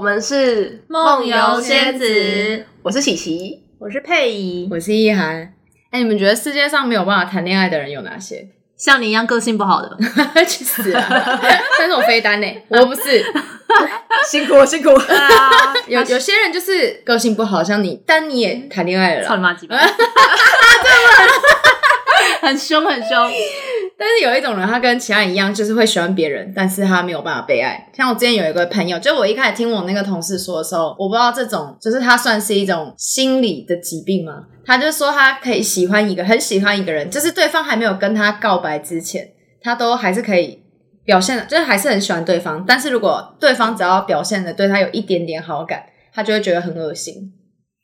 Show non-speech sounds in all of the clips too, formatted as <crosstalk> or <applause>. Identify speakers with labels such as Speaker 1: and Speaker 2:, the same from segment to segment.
Speaker 1: 们是
Speaker 2: 梦游仙子，
Speaker 1: 我是喜喜。
Speaker 2: 我是佩仪，
Speaker 3: 我是意涵。哎、你们觉得世界上没有办法谈恋爱的人有哪些？
Speaker 2: 像你一样个性不好的，
Speaker 3: <laughs> 去死啊！ <laughs> 但是我非单呢、欸啊我 <laughs> 不是。
Speaker 1: 辛苦辛苦，啊
Speaker 3: 有有些人就是个性不好，像你，但你也谈恋爱了
Speaker 2: <laughs> 操
Speaker 3: 啦
Speaker 2: 你妈鸡
Speaker 1: <laughs>
Speaker 2: 巴！很凶很凶，
Speaker 3: 但是有一种人，他跟其他人一样，就是会喜欢别人，但是他没有办法被爱。像我之前有一个朋友，就我一开始听我那个同事说的时候，我不知道这种就是他算是一种心理的疾病吗？他就说他可以喜欢一个，很喜欢一个人，就是对方还没有跟他告白之前，他都还是可以表现，就是还是很喜欢对方。但是如果对方只要表现的对他有一点点好感，他就会觉得很恶心，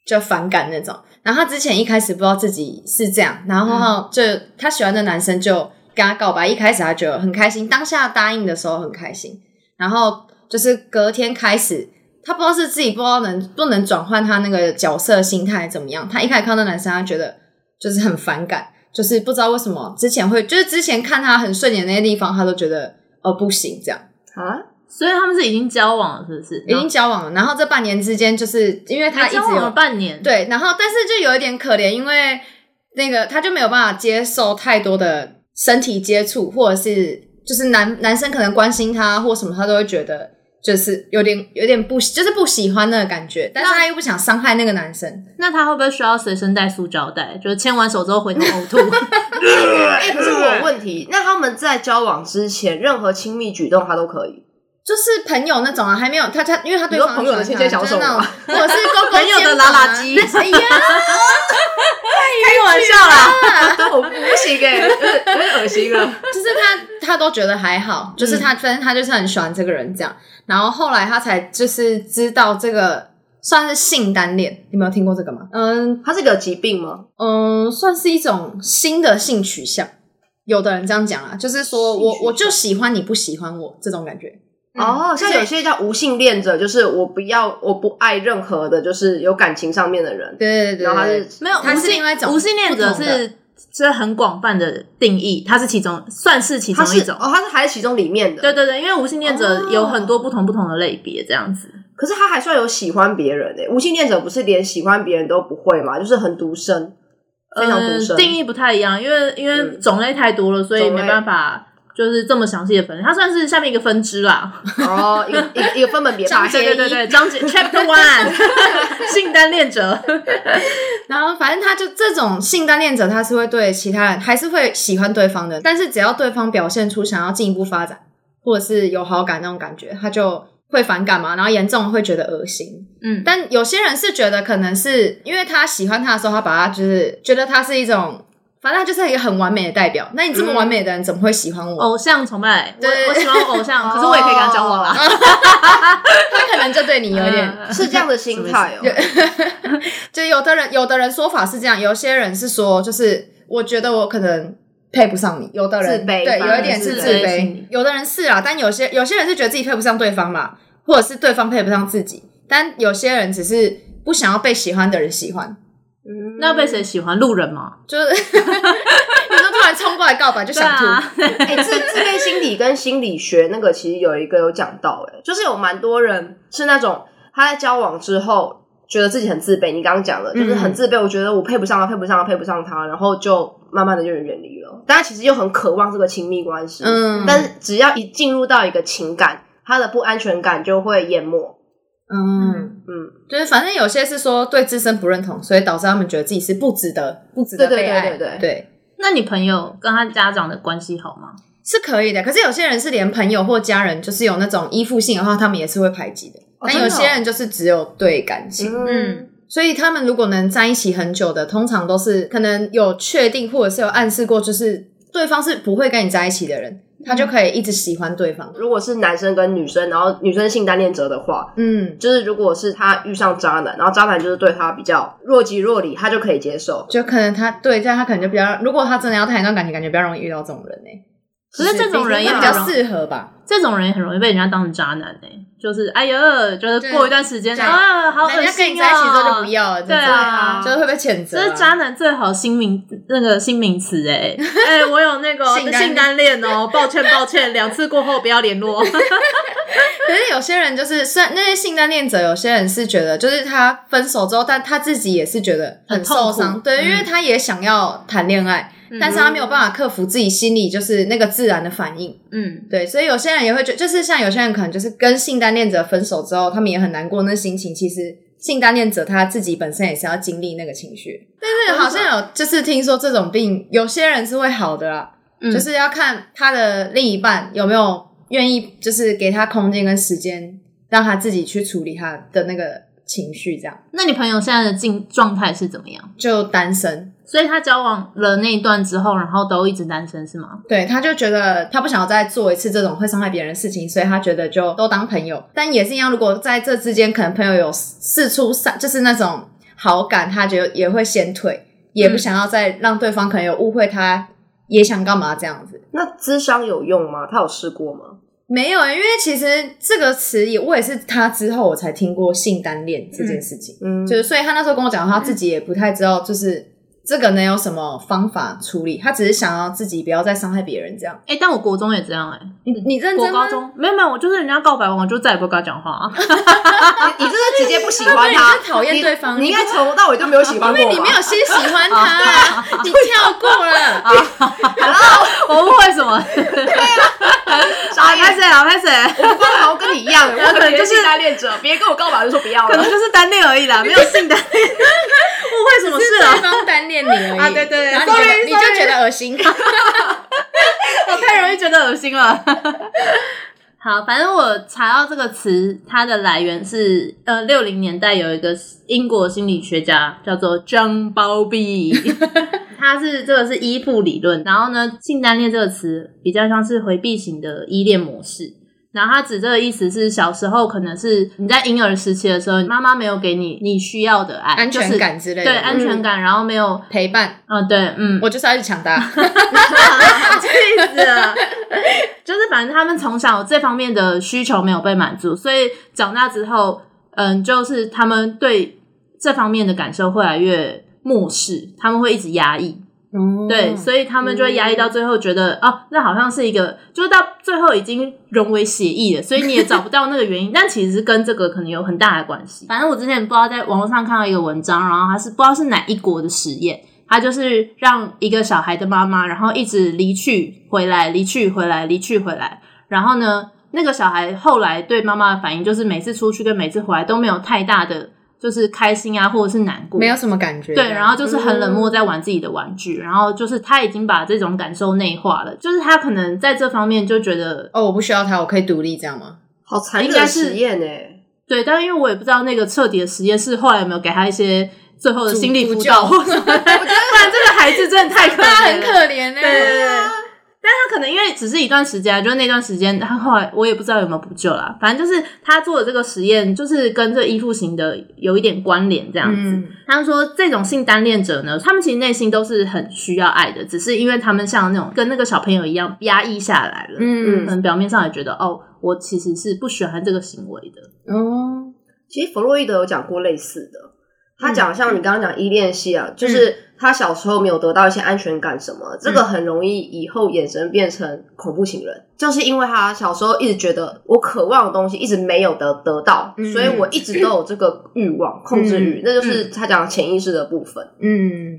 Speaker 3: 就反感那种。然后他之前一开始不知道自己是这样，然后就、他喜欢的男生就跟他告白，一开始他觉得很开心，当下答应的时候很开心，然后就是隔天开始，他不知道是自己不知道能不能转换他那个角色心态怎么样，他一开始看到男生，他觉得就是很反感，就是不知道为什么之前会，就是之前看他很顺眼那些地方，他都觉得哦不行这样。
Speaker 1: 啊，
Speaker 2: 所以他们是已经交往了，是不是？
Speaker 3: 已经交往了，然后这半年之间，就是因为他一直
Speaker 2: 交往了
Speaker 3: 有
Speaker 2: 半年，，
Speaker 3: 对，然后但是就有一点可怜，因为那个他就没有办法接受太多的身体接触，或者是就是男男生可能关心他或什么，他都会觉得就是有点有点不喜就是不喜欢那个感觉，但是他又不想伤害那个男生。
Speaker 2: 那他会不会需要随身带塑胶袋？就是牵完手之后回头呕吐，
Speaker 1: 哎、可是我有问题，那他们在交往之前，任何亲密举动他都可以，
Speaker 3: 就是朋友那种啊，还没有他他，因为他对
Speaker 1: 你说
Speaker 3: 方
Speaker 1: 朋友的
Speaker 3: 喜欢
Speaker 1: 牵牵
Speaker 3: 他
Speaker 1: 小
Speaker 3: 就是
Speaker 1: 手啊
Speaker 3: 那种
Speaker 1: 吗
Speaker 3: 或者是勾勾
Speaker 1: <laughs>
Speaker 2: 朋友的
Speaker 3: 肩膀
Speaker 2: 拉
Speaker 3: 啊 <laughs>
Speaker 2: 拉鸡
Speaker 3: 那是一样啊
Speaker 1: 开玩笑
Speaker 2: 啊
Speaker 1: 啊啦，我不行哎、有点有点恶心啊了。
Speaker 3: 就是他他都觉得还好，就是他反正他就是很喜欢这个人这样。然后后来他才就是知道这个算是性单恋，你没有听过这个吗？嗯
Speaker 1: 他是个疾病吗？
Speaker 3: 嗯，算是一种新的性取向。有的人这样讲啊，就是说
Speaker 1: 性取
Speaker 3: 我
Speaker 1: 向
Speaker 3: 我就喜欢你不喜欢我这种感觉。
Speaker 2: 嗯
Speaker 1: 哦，像有些叫无性恋者，就是我不要，我不爱任何的，就是有感情上面的人。
Speaker 3: 对对对对
Speaker 1: 然后他
Speaker 3: 对
Speaker 1: 是
Speaker 2: 没有，
Speaker 3: 他
Speaker 2: 无
Speaker 3: 是
Speaker 2: 性
Speaker 3: 另外一种
Speaker 2: 无性恋者
Speaker 3: 不同的
Speaker 2: 是是很广泛的定义，它是其中算是其
Speaker 1: 他
Speaker 2: 中
Speaker 1: 是
Speaker 2: 一种。
Speaker 1: 哦，他哦是还是其中里面的，
Speaker 2: 对对对，因为无性恋者有很多不同不同的类别，这样子。
Speaker 1: 可是他还算有喜欢别人诶、无性恋者不是连喜欢别人都不会嘛，就是很独身，非常独
Speaker 2: 嗯，
Speaker 1: 身。
Speaker 2: 定义不太一样，因为因为
Speaker 1: 嗯
Speaker 2: 种类太多了，所以
Speaker 1: 种
Speaker 2: 没
Speaker 1: 类
Speaker 2: 办法就是这么详细的分类。它算是下面一个分支啦。
Speaker 1: 哦，一个一个一个分门
Speaker 2: <laughs>
Speaker 1: 别派
Speaker 3: 张。
Speaker 2: 对对对
Speaker 3: <laughs>
Speaker 2: 对，章节 Chapter One，性 <laughs> 单恋者。
Speaker 3: 然后反正他就这种性单恋者，他是会对其他人还是会喜欢对方的，但是只要对方表现出想要进一步发展，或者是有好感那种感觉，他就会反感嘛，然后严重会觉得恶心。
Speaker 2: 嗯，
Speaker 3: 但有些人是觉得可能是因为他喜欢他的时候，他把他就是觉得他是一种，反正他就是一个很完美的代表。那你这么完美的人，怎么会喜欢我？
Speaker 2: 偶像崇拜，我
Speaker 3: 对哦
Speaker 2: 我喜欢
Speaker 3: <laughs>
Speaker 2: 偶像，可是我也可以跟他交往啦。
Speaker 3: 他可能就对你有
Speaker 2: <laughs>
Speaker 3: 点。
Speaker 2: 嗯
Speaker 1: 是这样的心态哦、
Speaker 3: 就有的人，有的人说法是这样，有些人是说，就是我觉得我可能配不上你，有的人
Speaker 1: 自卑
Speaker 3: 对，
Speaker 1: 吧
Speaker 3: 有一点是
Speaker 2: 自
Speaker 3: 自
Speaker 2: 卑心
Speaker 3: 卑
Speaker 2: 理，
Speaker 3: 有的人是啊，但有些有些人是觉得自己配不上对方嘛，或者是对方配不上自己，但有些人只是不想要被喜欢的人喜欢，
Speaker 1: 嗯
Speaker 2: 那被谁喜欢？路人吗？
Speaker 3: 就是 <laughs> 有时候突然冲过来告白就
Speaker 1: <laughs>
Speaker 2: 对
Speaker 3: 想吐，
Speaker 2: 啊，
Speaker 1: 哎、自自卑心理跟心理学那个其实有一个有讲到、欸，就是有蛮多人是那种他在交往之后觉得自己很自卑，你刚刚讲了，就是很自卑，我觉得我配不上他，配不上他，配不上他，然后就慢慢的就远离了。但他其实又很渴望这个亲密关系，
Speaker 3: 嗯
Speaker 1: 但是只要一进入到一个情感，他的不安全感就会淹没。
Speaker 3: 嗯，
Speaker 1: 嗯，
Speaker 3: 就是反正有些是说对自身不认同，所以导致他们觉得自己是不值得、不值得
Speaker 1: 对对
Speaker 3: 被
Speaker 1: 对
Speaker 3: 爱，
Speaker 1: 对对
Speaker 2: 那你朋友跟他家长的关系好吗？
Speaker 3: 是可以的，可是有些人是连朋友或家人，就是有那种依附性的话，他们也是会排挤的。
Speaker 1: 哦
Speaker 3: 但
Speaker 1: 真的
Speaker 3: 有
Speaker 1: 哦
Speaker 3: 些人就是只有对感情，
Speaker 2: 嗯
Speaker 3: 所以他们如果能在一起很久的，通常都是可能有确定或者是有暗示过，就是对方是不会跟你在一起的人，他
Speaker 1: 嗯
Speaker 3: 就可以一直喜欢对方。
Speaker 1: 如果是男生跟女生，然后女生性单恋者的话，
Speaker 3: 嗯，
Speaker 1: 就是如果是他遇上渣男，然后渣男就是对他比较若即若离，他就可以接受。
Speaker 3: 就可能他对，这样他可能就比较，如果他真的要谈一段感情，感觉比较容易遇到这种人呢、欸
Speaker 2: 可是这种人也
Speaker 3: 比
Speaker 2: 很
Speaker 3: 较
Speaker 2: 容易
Speaker 3: 适合吧？
Speaker 2: 这种人也很容易被人家当成渣男哎、就是哎呦，就是
Speaker 3: 对
Speaker 2: 过一段时间
Speaker 3: 对
Speaker 2: 啊，好
Speaker 3: 人
Speaker 2: 恶
Speaker 3: 家跟
Speaker 2: 心
Speaker 3: 你在一起之后就
Speaker 2: 哦
Speaker 3: 不。要了，
Speaker 2: 对
Speaker 3: 这种
Speaker 2: 啊
Speaker 3: 就是会被谴责啊。
Speaker 2: 这是渣男最好新名那个新名词
Speaker 3: <laughs>
Speaker 2: 哎、哎、我有那个
Speaker 3: 性单
Speaker 2: 性单恋哦，抱歉抱歉，两次过后不要
Speaker 3: <laughs>
Speaker 2: 联络。
Speaker 3: 可是有些人就是，虽然那些性单恋者，有些人是觉得，就是他分手之后，但他自己也是觉得
Speaker 2: 很痛
Speaker 3: 受
Speaker 2: 苦嗯
Speaker 3: 伤，对，因为他也想要谈恋爱，但是他没有办法克服自己心里就是那个自然的反应，
Speaker 2: 嗯，
Speaker 3: 对，所以有些人也会觉就是像有些人可能就是跟性单恋者分手之后，他们也很难过，那心情其实。性单恋者他自己本身也是要经历那个情绪，但是好像有就是听说这种病，有些人是会好的啦，
Speaker 2: 嗯
Speaker 3: 就是要看他的另一半有没有愿意，就是给他空间跟时间，让他自己去处理他的那个情绪，这样
Speaker 2: 那你朋友现在的境状态是怎么样？
Speaker 3: 就单身。
Speaker 2: 所以他交往了那一段之后，然后都一直单身是吗？
Speaker 3: 对，他就觉得他不想要再做一次这种会伤害别人的事情，所以他觉得就都当朋友。但也是一样，如果在这之间，可能朋友有试出善，就是那种好感，他觉得也会先退，也
Speaker 2: 嗯
Speaker 3: 不想要再让对方可能有误会他也想干嘛这样子。
Speaker 1: 那智商有用吗？他有试过吗？
Speaker 3: 没有、欸，因为其实这个词也我也是他之后我才听过性单恋这件事情，
Speaker 1: 嗯，
Speaker 3: 就是所以他那时候跟我讲，他自
Speaker 2: 嗯
Speaker 3: 己也不太知道，就是这个能有什么方法处理，他只是想要自己不要再伤害别人这样。
Speaker 2: 哎、但我国中也这样哎、
Speaker 3: 你你认
Speaker 2: 国
Speaker 3: 真吗
Speaker 2: 高？中没有没有，我就是人家告白完，我就再也不跟他讲话、
Speaker 3: <laughs>
Speaker 2: 啊。
Speaker 1: 你你就是直接不喜欢
Speaker 3: 他不是
Speaker 1: 他，
Speaker 3: 你是讨厌
Speaker 1: 你
Speaker 3: 对方
Speaker 1: 你应该从头到尾就没有喜欢过
Speaker 3: 因为你
Speaker 1: 吧
Speaker 3: 没有先喜欢他、
Speaker 2: <laughs>
Speaker 3: 啊，你跳过了。
Speaker 2: 啊我误会什么？
Speaker 3: 啊
Speaker 2: 拍
Speaker 1: 傻眼，
Speaker 2: 谁 <laughs> 啊？拍谁？
Speaker 1: 我刚好跟你一
Speaker 2: <laughs>
Speaker 1: 样，我可能就是单恋者，别人跟我告白就说不要
Speaker 2: 可能
Speaker 1: 了。
Speaker 2: 就是单恋而已啦，没有性
Speaker 3: <laughs>
Speaker 2: 单恋。误会什么事
Speaker 3: 对
Speaker 2: 了？
Speaker 3: 方单恋你而已
Speaker 2: 啊对对
Speaker 3: 然后你觉得
Speaker 2: sorry，
Speaker 3: 你就
Speaker 2: sorry
Speaker 3: 觉得恶
Speaker 2: <laughs>
Speaker 3: 心，
Speaker 2: 我太容易觉得恶心了。 <laughs> 好，反正我查到这个词，它的来源是呃六零年代有一个英国心理学家叫做 John Bowlby，
Speaker 3: <laughs>
Speaker 2: 他是这个是依附理论，然后呢，性单恋这个词比较像是回避型的依恋模式。然后他指这个意思是，小时候可能是你在婴儿时期的时候，妈妈没有给你你需要的爱，
Speaker 3: 安
Speaker 2: 就
Speaker 3: 全
Speaker 2: 是
Speaker 3: 感之类的，嗯
Speaker 2: 对安全感，然后没有，
Speaker 3: 陪伴，
Speaker 2: 嗯、对，嗯，
Speaker 3: 我就是要去抢
Speaker 2: <laughs>
Speaker 3: 答。
Speaker 2: 气死了！ <laughs> 就是反正他们从小这方面的需求没有被满足，所以长大之后，嗯，就是他们对这方面的感受会越来越漠视，他们会一直压抑，对，所以他们就会压抑到最后，觉得、哦，那好像是一个，就是到最后已经融为协议了，所以你也找不到那个原 <laughs> 因，但其实是跟这个可能有很大的关系。反正我之前不知道在网络上看到一个文章，然后它是不知道是哪一国的实验，它就是让一个小孩的妈妈，然后一直离去回来，离去回来，离去回来，然后呢，那个小孩后来对妈妈的反应就是每次出去跟每次回来都没有太大的就是开心啊，或者是难过，
Speaker 3: 没有什嗯么感觉。
Speaker 2: 对，然后就是很冷漠，在玩自己的玩具，然后就是他已经把这种感受内化了，就是他可能在这方面就觉得。
Speaker 3: 哦，我不需要他，我可以独立，这样吗？
Speaker 1: 好残忍
Speaker 2: 应
Speaker 1: 的
Speaker 2: 该是
Speaker 1: 实验哎，
Speaker 2: 对，但因为我也不知道那个彻底的实验室后来有没有给他一些最后的
Speaker 3: 助
Speaker 2: 心理
Speaker 3: 助
Speaker 2: 辅
Speaker 3: 教
Speaker 2: 导或 <laughs> 什么的，不然这个孩子真的太啊
Speaker 3: <laughs>
Speaker 2: 可
Speaker 3: 他
Speaker 2: 怜欸
Speaker 3: 很
Speaker 2: 了。
Speaker 3: 可怜呢、
Speaker 2: 对对对。
Speaker 3: 啊
Speaker 2: 但他可能因为只是一段时间啊，就是那段时间，他后来我也不知道有没有补救啦。反正就是他做的这个实验，就是跟这依附型的有一点关联这样子。
Speaker 3: 嗯
Speaker 2: 他说，这种性单恋者呢，他们其实内心都是很需要爱的，只是因为他们像那种跟那个小朋友一样压抑下来了，可
Speaker 3: 嗯
Speaker 2: 能表面上也觉得哦，我其实是不喜欢这个行为的。
Speaker 3: 哦，
Speaker 1: 其实弗洛伊德有讲过类似的，他讲像你刚刚讲依恋系
Speaker 3: 嗯
Speaker 1: 啊，就是他小时候没有得到一些安全感什么，这个很容易以后衍生变成恐怖情人，就是因为他小时候一直觉得我渴望的东西一直没有得得到
Speaker 3: 嗯，
Speaker 1: 所以我一直都有这个欲望控制欲
Speaker 3: 嗯，
Speaker 1: 那就是他讲潜意识的部分。
Speaker 3: 嗯，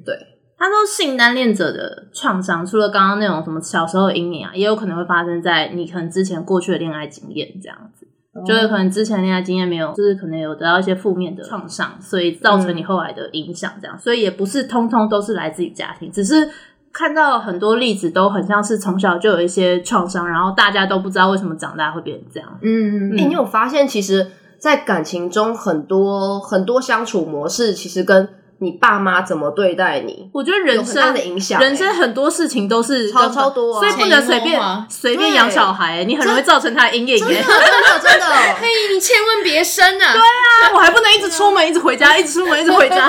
Speaker 2: 他说，性单恋者的创伤，除了刚刚那种什么小时候的阴影啊，也有可能会发生在你可能之前过去的恋爱经验这样子，
Speaker 3: 哦
Speaker 2: 就是
Speaker 1: 哦
Speaker 2: 可能之前恋爱经验没有，就是可能有得到一些负面的创伤，所以造成你
Speaker 1: 嗯
Speaker 2: 后来的影响这样，所以也不是通通都是来自于家庭，只是。看到很多例子都很像是从小就有一些创伤，然后大家都不知道为什么长大会变成这样。
Speaker 3: 嗯嗯
Speaker 1: 欸你有发现，其实，在感情中很多很多相处模式，其实跟你爸妈怎么对待你
Speaker 2: 我觉得
Speaker 1: 有
Speaker 2: 人
Speaker 1: 很大
Speaker 2: 生
Speaker 1: 的影响、欸。
Speaker 2: 人生很多事情都是
Speaker 1: 超
Speaker 2: 根本
Speaker 1: 超多啊
Speaker 2: 所以不能
Speaker 3: 潜移
Speaker 2: 随
Speaker 3: 默
Speaker 2: 便
Speaker 3: 化
Speaker 2: 随便养小孩，欸你很容易造成他的阴影。
Speaker 1: <laughs>
Speaker 2: 欸
Speaker 1: 真的真的
Speaker 3: <laughs>
Speaker 1: 真的，
Speaker 3: 嘿，你千万别生啊！对，
Speaker 2: 啊 <laughs> 我还不能一直出 <laughs> 门，一直回家，一直出门，一直回家，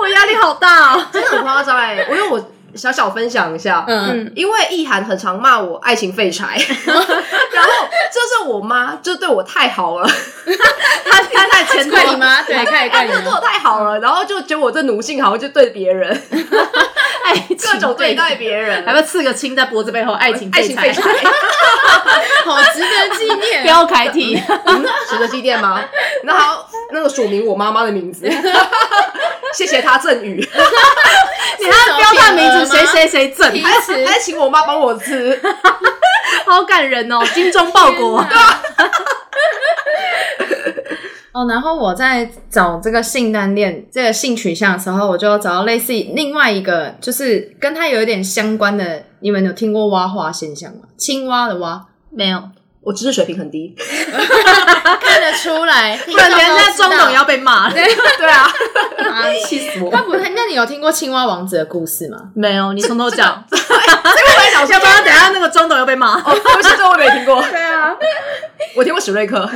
Speaker 2: 我压力好大哦。
Speaker 1: 真的很夸张哎！因为我小小分享一下，
Speaker 3: 嗯，
Speaker 2: 嗯，
Speaker 1: 因为意涵很常骂我爱情废 <laughs> 柴，然后这是我妈就对我太好了，
Speaker 2: 他他在前头
Speaker 3: 怪你妈，对，开始
Speaker 1: 她
Speaker 3: 怪你
Speaker 1: 就哎对我
Speaker 3: 妈。
Speaker 1: 太好了，然后就觉得我这奴性好像就对别人，
Speaker 2: <laughs> 爱情
Speaker 1: 各种对待别人
Speaker 2: 还，会刺个青在脖子背后，爱情
Speaker 1: 爱情
Speaker 2: 废
Speaker 1: 废柴
Speaker 2: 柴，，
Speaker 3: 好值得纪念。
Speaker 2: <laughs> 标楷体。
Speaker 1: 嗯值得祭奠吗？然后那个署名我妈妈的 <laughs> 名字，谢谢她赠予，
Speaker 2: 你还标看名字谁谁谁正，
Speaker 3: 提
Speaker 1: 还
Speaker 3: 词
Speaker 1: 还请我妈帮我吃，
Speaker 2: 好感人哦，精忠报国。
Speaker 3: <laughs> 哦，然后我在找这个性单恋这个性取向的时候，我就找到类似另外一个，就是跟它有一点相关的。你们有听过蛙化现象吗？青蛙的蛙，
Speaker 2: 没有，
Speaker 1: 我知识水平很低，
Speaker 3: 看得出 <laughs> 来，
Speaker 2: 不然人家
Speaker 3: 中
Speaker 2: 中董要被骂了。
Speaker 1: <laughs> 对啊，
Speaker 2: 气死
Speaker 3: <laughs>
Speaker 2: 我！
Speaker 3: 那不太，那你有听过青蛙王子的故事吗？
Speaker 2: 没有，你从头讲，
Speaker 1: 这个我也想说
Speaker 2: 要不然等下那个中董又被骂。
Speaker 1: 哦，对不起，这 <laughs> 我没听过，
Speaker 2: 对啊，
Speaker 1: 我听过史瑞克，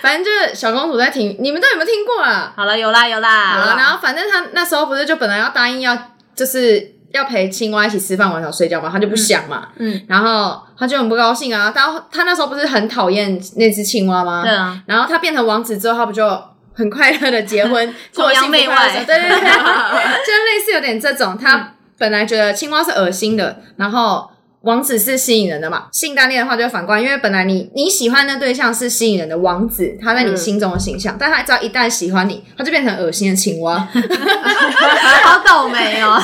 Speaker 3: 反正就是小公主在听，你们都有没有听过啊？
Speaker 2: 好了，有啦有
Speaker 3: 好
Speaker 2: 啦，
Speaker 3: 了，然后反正她那时候不是就本来要答应要，就是要陪青蛙一起吃饭、玩耍、睡觉嘛，她就不想嘛。
Speaker 2: 嗯，
Speaker 3: 然后他就很不高兴啊。到他那时候不是很讨厌那只青蛙吗？
Speaker 2: 对。啊，
Speaker 3: 然后他变成王子之后，他不就很快乐的结婚，
Speaker 2: 崇洋媚外
Speaker 3: 过幸福快乐的生活对对对，就类似有点这种。他本来觉得青蛙是恶心的，然后。王子是吸引人的嘛？性单恋的话就会反观，因为本来你你喜欢的对象是吸引人的王子，他在你
Speaker 1: 嗯
Speaker 3: 心中的形象，但他只要一旦喜欢你，他就变成恶心的青蛙，
Speaker 2: 好倒霉哦。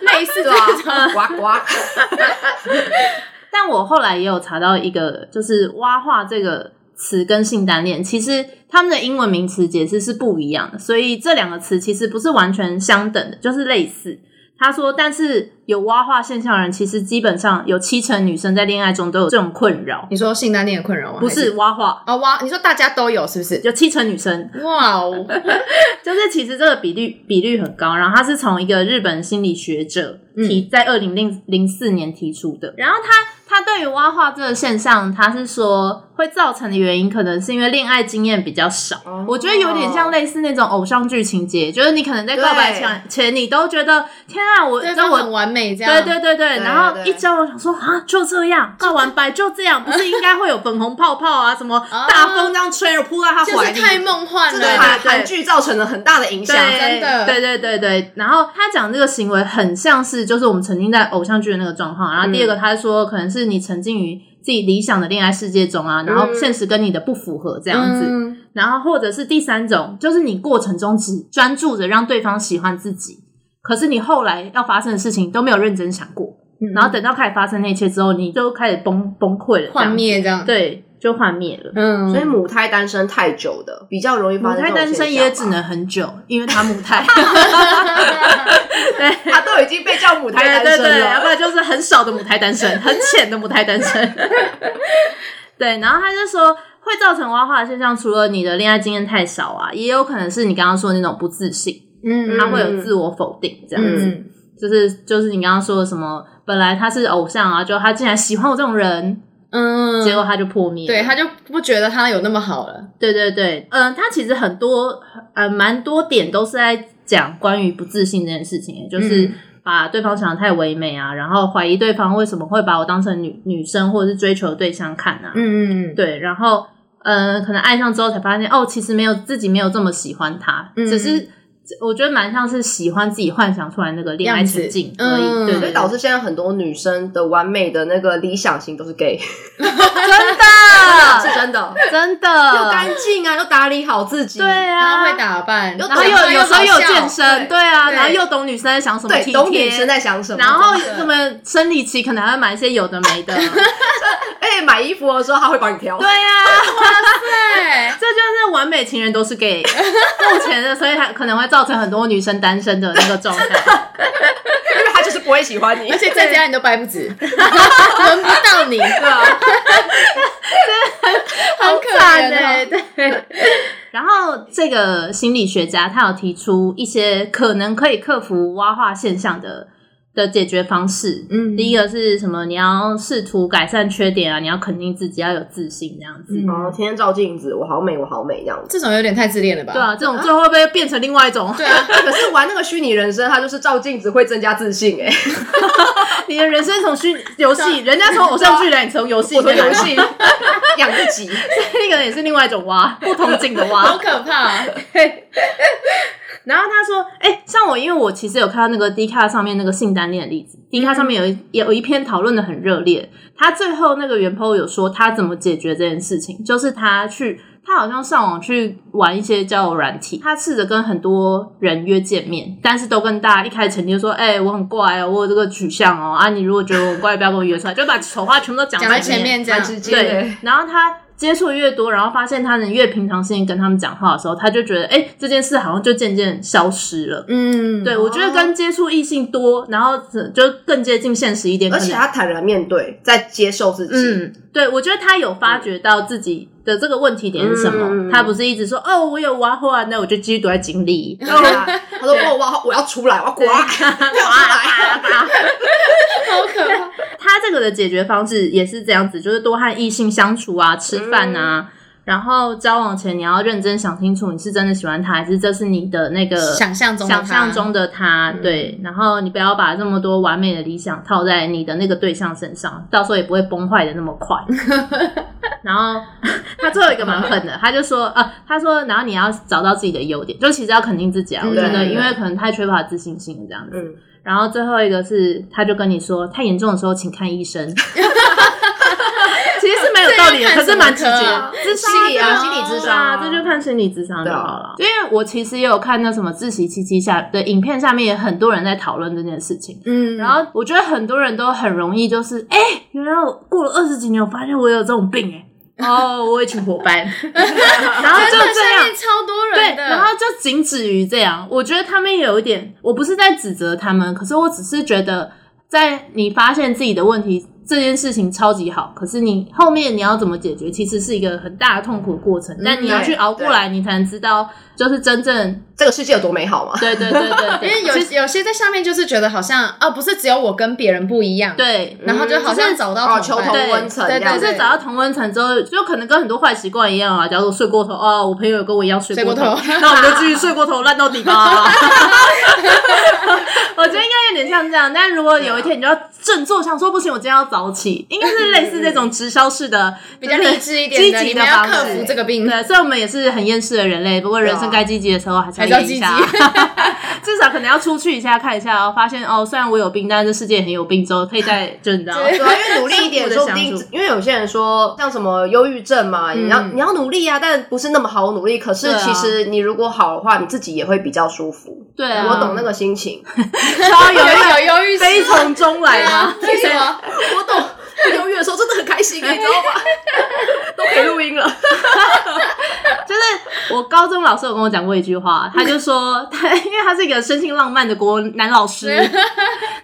Speaker 3: 类似
Speaker 2: <laughs>
Speaker 1: 对啊，呱呱，
Speaker 2: 但我后来也有查到一个，就是“蛙化”这个词跟性单恋，其实他们的英文名词解释是不一样的，所以这两个词其实不是完全相等的，就是类似。他说，但是有蛙化现象的人，其实基本上有七成女生在恋爱中都有这种困扰，
Speaker 3: 你说性单恋的困扰吗？
Speaker 2: 不是蛙化，
Speaker 3: 啊、哦、哇，你说大家都有是不是？
Speaker 2: 有七成女生
Speaker 3: 哇哦，
Speaker 2: 就是其实这个比率比率很高，然后它是从一个日本心理学者提、在二零零零四年提出的。嗯然后他他对于蛙化这个现象，他是说会造成的原因，可能是因为恋爱经验比较少。
Speaker 1: 哦
Speaker 2: 我觉得有点像类似那种偶像剧情节，就是你可能在告白
Speaker 1: 对
Speaker 2: 前前你都觉得天啊，我
Speaker 3: 对
Speaker 2: 那
Speaker 3: 方
Speaker 2: 我
Speaker 3: 很完美这样。
Speaker 2: 对对对对，
Speaker 1: 对
Speaker 2: 然后
Speaker 1: 对
Speaker 2: 一交往想说啊，就这样，告完白就这样，不是应该会有粉红泡泡啊， <laughs> 什么大风这样吹，我扑到他
Speaker 3: 就
Speaker 2: 怀
Speaker 3: 是
Speaker 2: 里，
Speaker 3: 太梦幻
Speaker 1: 这
Speaker 3: 了。
Speaker 1: 对
Speaker 2: 对
Speaker 1: 韩
Speaker 2: 对
Speaker 1: 韩剧造成了很大的影响，
Speaker 2: 对
Speaker 3: 真的
Speaker 2: 对对对对。然后他讲这个行为很像是，就是我们曾经在偶像剧的那个状况。然后第二个，他说可能是你沉浸于自己理想的恋爱世界中啊，然后现实跟你的不符合
Speaker 3: 这
Speaker 2: 这样子。然后或者是第三种，就是你过程中只专注着让对方喜欢自己，可是你后来要发生的事情都没有认真想过，然后等到开始发生那一切之后，你就开始崩崩溃了，这样
Speaker 3: 幻灭这样。，
Speaker 2: 对，就幻灭了。
Speaker 3: 嗯，
Speaker 1: 所以母胎单身太久的比较容易发
Speaker 2: 母
Speaker 1: 生。
Speaker 2: 胎单身也只。能很久，因为他母胎。
Speaker 1: 他都已经被叫母胎
Speaker 2: 对
Speaker 1: 单
Speaker 2: 对
Speaker 1: <laughs> 身
Speaker 2: 对，要不
Speaker 1: 了，
Speaker 2: 然就是很少的母胎单
Speaker 3: <laughs>
Speaker 2: 身，很浅的母胎单身。 <laughs> 对，然后他就说，会造成蛙化的现象，除了你的恋爱经验太少啊，也有可能是你刚刚说的那种不自信，
Speaker 3: 嗯
Speaker 2: 他会有自我否定，这样子，
Speaker 3: 嗯，
Speaker 2: 就是就是你刚刚说的什么，本来他是偶像啊，就他竟然喜欢我这种人，
Speaker 3: 嗯，
Speaker 2: 结果他就破灭了，
Speaker 3: 对他就不觉得他有那么好了。
Speaker 2: 对对对，嗯、他其实很多呃蛮多点都是在讲关于不自信这件事情，就是
Speaker 3: 嗯
Speaker 2: 把对方想得太唯美啊，然后怀疑对方为什么会把我当成女女生或者是追求的对象看啊，
Speaker 3: 嗯嗯，
Speaker 2: 对，然后嗯、呃可能爱上之后才发现哦，其实没有自己没有这么喜欢他，
Speaker 3: 嗯
Speaker 2: 只是我觉得蛮像是喜欢自己幻想出来那个恋爱
Speaker 3: 样子
Speaker 2: 情境
Speaker 3: 嗯
Speaker 2: 而已，对对
Speaker 1: 所以
Speaker 2: 对，
Speaker 1: 导致现在很多女生的完美的那个理想型都是 gay，
Speaker 2: 真
Speaker 1: 是
Speaker 2: 的
Speaker 1: 真 <laughs> 的，
Speaker 2: 啊真
Speaker 1: 又
Speaker 2: 的
Speaker 1: 干净啊，又打理好自己，
Speaker 2: 对
Speaker 3: 他
Speaker 2: 啊，
Speaker 3: 会打扮，
Speaker 1: 然
Speaker 2: 然后又
Speaker 3: 讲话
Speaker 2: 有时候又有
Speaker 3: 好笑
Speaker 2: 健身，对
Speaker 1: 对
Speaker 2: 啊，
Speaker 3: 对
Speaker 2: 然后又懂女生在想什么，
Speaker 1: 对，
Speaker 2: 体
Speaker 1: 懂
Speaker 2: 贴
Speaker 1: 女生在想什么。
Speaker 2: 然后
Speaker 3: 真的
Speaker 2: 什么生理期可能还会买一些有的没
Speaker 1: <laughs>
Speaker 2: 的，对
Speaker 1: 而且哎买衣服的时候，他会帮你挑。 <laughs>
Speaker 2: 啊， <laughs>
Speaker 3: 对，
Speaker 2: 这就是完美情人都是
Speaker 3: <laughs>
Speaker 2: gay，目前的，所以他可能会造成很多女生单身的那个状
Speaker 3: <laughs>
Speaker 2: 态。
Speaker 1: 因为他就是不会喜 <laughs> 欢你
Speaker 3: 而。且在家你都掰不
Speaker 2: <laughs>
Speaker 3: 直，轮不到你，
Speaker 1: 对 <laughs> 啊，
Speaker 3: 很可
Speaker 2: 赞
Speaker 3: 怜
Speaker 2: 欸
Speaker 3: 哦。
Speaker 2: 然后这个心理学家他有提出一些可能可以克服蛙化现象的的解决方式。
Speaker 3: 嗯
Speaker 2: 第一个是什么？你要试图改善缺点啊，你要肯定自己，要有自信这样子。
Speaker 3: 嗯
Speaker 1: 然后天天照镜子，我好美，我好美这样子。
Speaker 3: 这种有点太自恋了吧？
Speaker 2: 对啊，这种最后会不会变成另外一种？
Speaker 3: 对啊，
Speaker 1: 可是玩那个虚拟人生，它就是照镜子会增加自信哎、欸，
Speaker 2: 你的人生从虚游戏，
Speaker 3: 啊
Speaker 2: 人家从偶像剧来，你从游戏
Speaker 1: 我说
Speaker 2: 里面
Speaker 1: 游
Speaker 2: 来， <laughs>
Speaker 1: 戏养自己。
Speaker 2: 那个也是另外一种挖，不同
Speaker 3: <laughs>
Speaker 2: 景 <laughs> 的挖
Speaker 3: 好。可怕、
Speaker 2: 哦
Speaker 3: 啊！
Speaker 2: 然后他说：“哎、像我，因为我其实有看到那个 D 卡上面那个性单恋的例子，D 卡上面有
Speaker 3: 嗯
Speaker 2: 一有一篇讨论的很热烈。他最后那个原 po 有说他怎么解决这件事情，就是他去，他好像上网去玩一些交友软体，他试着跟很多人约见面，但是都跟大家一开始澄清说：哎、我很怪哦，我有这个取向哦，啊，你如果觉得我很怪，不要跟我约出来，就把丑话全部都讲
Speaker 3: 讲
Speaker 2: 在
Speaker 3: 到前面这样
Speaker 1: 蛮，直接的
Speaker 2: 对，然后他接触越多，然后发现他能越平常心跟他们讲话的时候，他就觉得，哎、这件事好像就渐渐消失了。
Speaker 3: 嗯，
Speaker 2: 对，
Speaker 1: 哦
Speaker 2: 我觉得跟接触异性多，然后呃就更接近现实一点。
Speaker 1: <laughs> 而且
Speaker 2: 可能
Speaker 1: 他坦然面对，在接受自己。
Speaker 2: 嗯，对，我觉得他有发觉到自己的这个问题点是什么。
Speaker 1: 嗯
Speaker 2: 他不是一直说，哦，我有挖后啊，那我就继续躲在井里。
Speaker 1: 对啊，他说我我我要出来，我要
Speaker 2: <laughs>
Speaker 1: 滚，我要出来。
Speaker 3: 好可怕。
Speaker 2: 他这个的解决方式也是这样子，就是多和异性相处啊，吃饭啊，
Speaker 3: 嗯
Speaker 2: 然后交往前你要认真想清楚，你是真的喜欢他，还是这是你的那个
Speaker 3: 想象中的他
Speaker 2: 想象中的他？
Speaker 1: 嗯
Speaker 2: 对，然后你不要把这么多完美的理想套在你的那个对象身上，到时候也不会崩坏的那么
Speaker 3: <laughs>
Speaker 2: 快。然后他最后一个蛮狠的，他就说啊，他说，然后你要找到自己的优点，就其实要肯定自己啊，我觉得
Speaker 1: 嗯
Speaker 2: 因为可能太缺乏自信心了这样子。
Speaker 1: <laughs> 嗯，
Speaker 2: 然后最后一个是，他就跟你说，太严重的时候请看医 <laughs> 生。其实是没有道理
Speaker 3: 这要
Speaker 2: 的，可
Speaker 3: 看
Speaker 2: 是
Speaker 3: 什么
Speaker 2: 蛮直接
Speaker 3: 科
Speaker 2: 的
Speaker 3: 啊。
Speaker 2: 智商
Speaker 1: 心理啊
Speaker 2: 对
Speaker 1: 心理智商
Speaker 2: 啊
Speaker 1: 啊，
Speaker 2: 这就看心理智商就
Speaker 1: 对啊
Speaker 2: 好了。因为我其实也有看那什么《自习七七下》的影片，下面也很多人在讨论这件事情。
Speaker 3: 嗯，
Speaker 2: 然后我觉得很多人都很容易就是，哎、原来我过了二十几年，我发现我有这种病、哎。哦，我有一群伙伴， <laughs> 然后就
Speaker 3: 真的
Speaker 2: 这样
Speaker 3: 下，面超多
Speaker 2: 对，
Speaker 3: 人的，
Speaker 2: 然后就仅止于这样。我觉得他们有一点，我不是在指责他们，可是我只是觉得，在你发现自己的问题这件事情超级好，可是你后面你要怎么解决，其实是一个很大的痛苦的过
Speaker 3: 嗯
Speaker 2: 程。但你要去熬过来，你才能知道，就是真正
Speaker 1: 这个世界有多美好嘛？
Speaker 2: 对对对对对，
Speaker 3: <laughs> 因为有
Speaker 2: 其实
Speaker 3: 有些在下面就是觉得好像哦，不是只有我跟别人不一样，，
Speaker 2: 对。
Speaker 3: 然后就好像找到
Speaker 1: 哦，
Speaker 3: 同
Speaker 1: 求
Speaker 3: 伴
Speaker 1: 同温层这
Speaker 3: 对对
Speaker 1: 样
Speaker 2: 就是
Speaker 1: 子
Speaker 2: 找到同温层之后，就可能跟很多坏习惯一样啊。假如我睡过头哦，我朋友有跟我一样睡过头，
Speaker 3: 睡过头
Speaker 2: 那我们就继续睡过头烂到底
Speaker 3: <laughs>
Speaker 2: 吧。我觉得应该有点像这样，但如果有一天你就要振作，想说不行，我今天要早起，应该是类似这种直销式的，
Speaker 3: 比较理智一
Speaker 2: 积
Speaker 3: 点的，
Speaker 2: 极
Speaker 3: 你
Speaker 2: 的
Speaker 3: 们要
Speaker 2: 方
Speaker 3: 克
Speaker 2: 式
Speaker 3: 服这个病。
Speaker 2: 对，虽然我们也是很厌世的人类，不过人生该积极的时候还是要
Speaker 3: 还是
Speaker 2: 积极一
Speaker 3: 要积极
Speaker 2: 下， <laughs> 至少可能要出去一下看一下，哦，发现哦，虽然我有病，但是这世界也很有病，之后可以再就你知道。
Speaker 3: 对
Speaker 1: 对啊，因为努力一点，
Speaker 2: 相
Speaker 1: 说
Speaker 2: 互
Speaker 1: 不
Speaker 2: 的
Speaker 1: 定
Speaker 2: 相处，
Speaker 1: 因为有些人说像什么忧郁症嘛，你要你要努力啊，但不是那么好努力。可
Speaker 2: 对
Speaker 1: 是
Speaker 2: 啊
Speaker 1: 其实你如果好的话，你自己也会比较舒服。
Speaker 2: 对啊，
Speaker 1: 我懂那个心情，
Speaker 2: 超有
Speaker 3: 有
Speaker 2: 一个
Speaker 3: 有忧郁
Speaker 2: 悲
Speaker 3: 症
Speaker 2: 从中来吗
Speaker 1: <laughs>
Speaker 3: 啊？？为什么？
Speaker 1: 我懂。忧郁的时候真的很开 <laughs> 心，你知道吗？都可以录音了。
Speaker 2: 就是我高中老师有跟我讲过一句话，他就说 <laughs> 他，因为他是一个生性浪漫的国文男老
Speaker 1: <laughs>
Speaker 2: 师，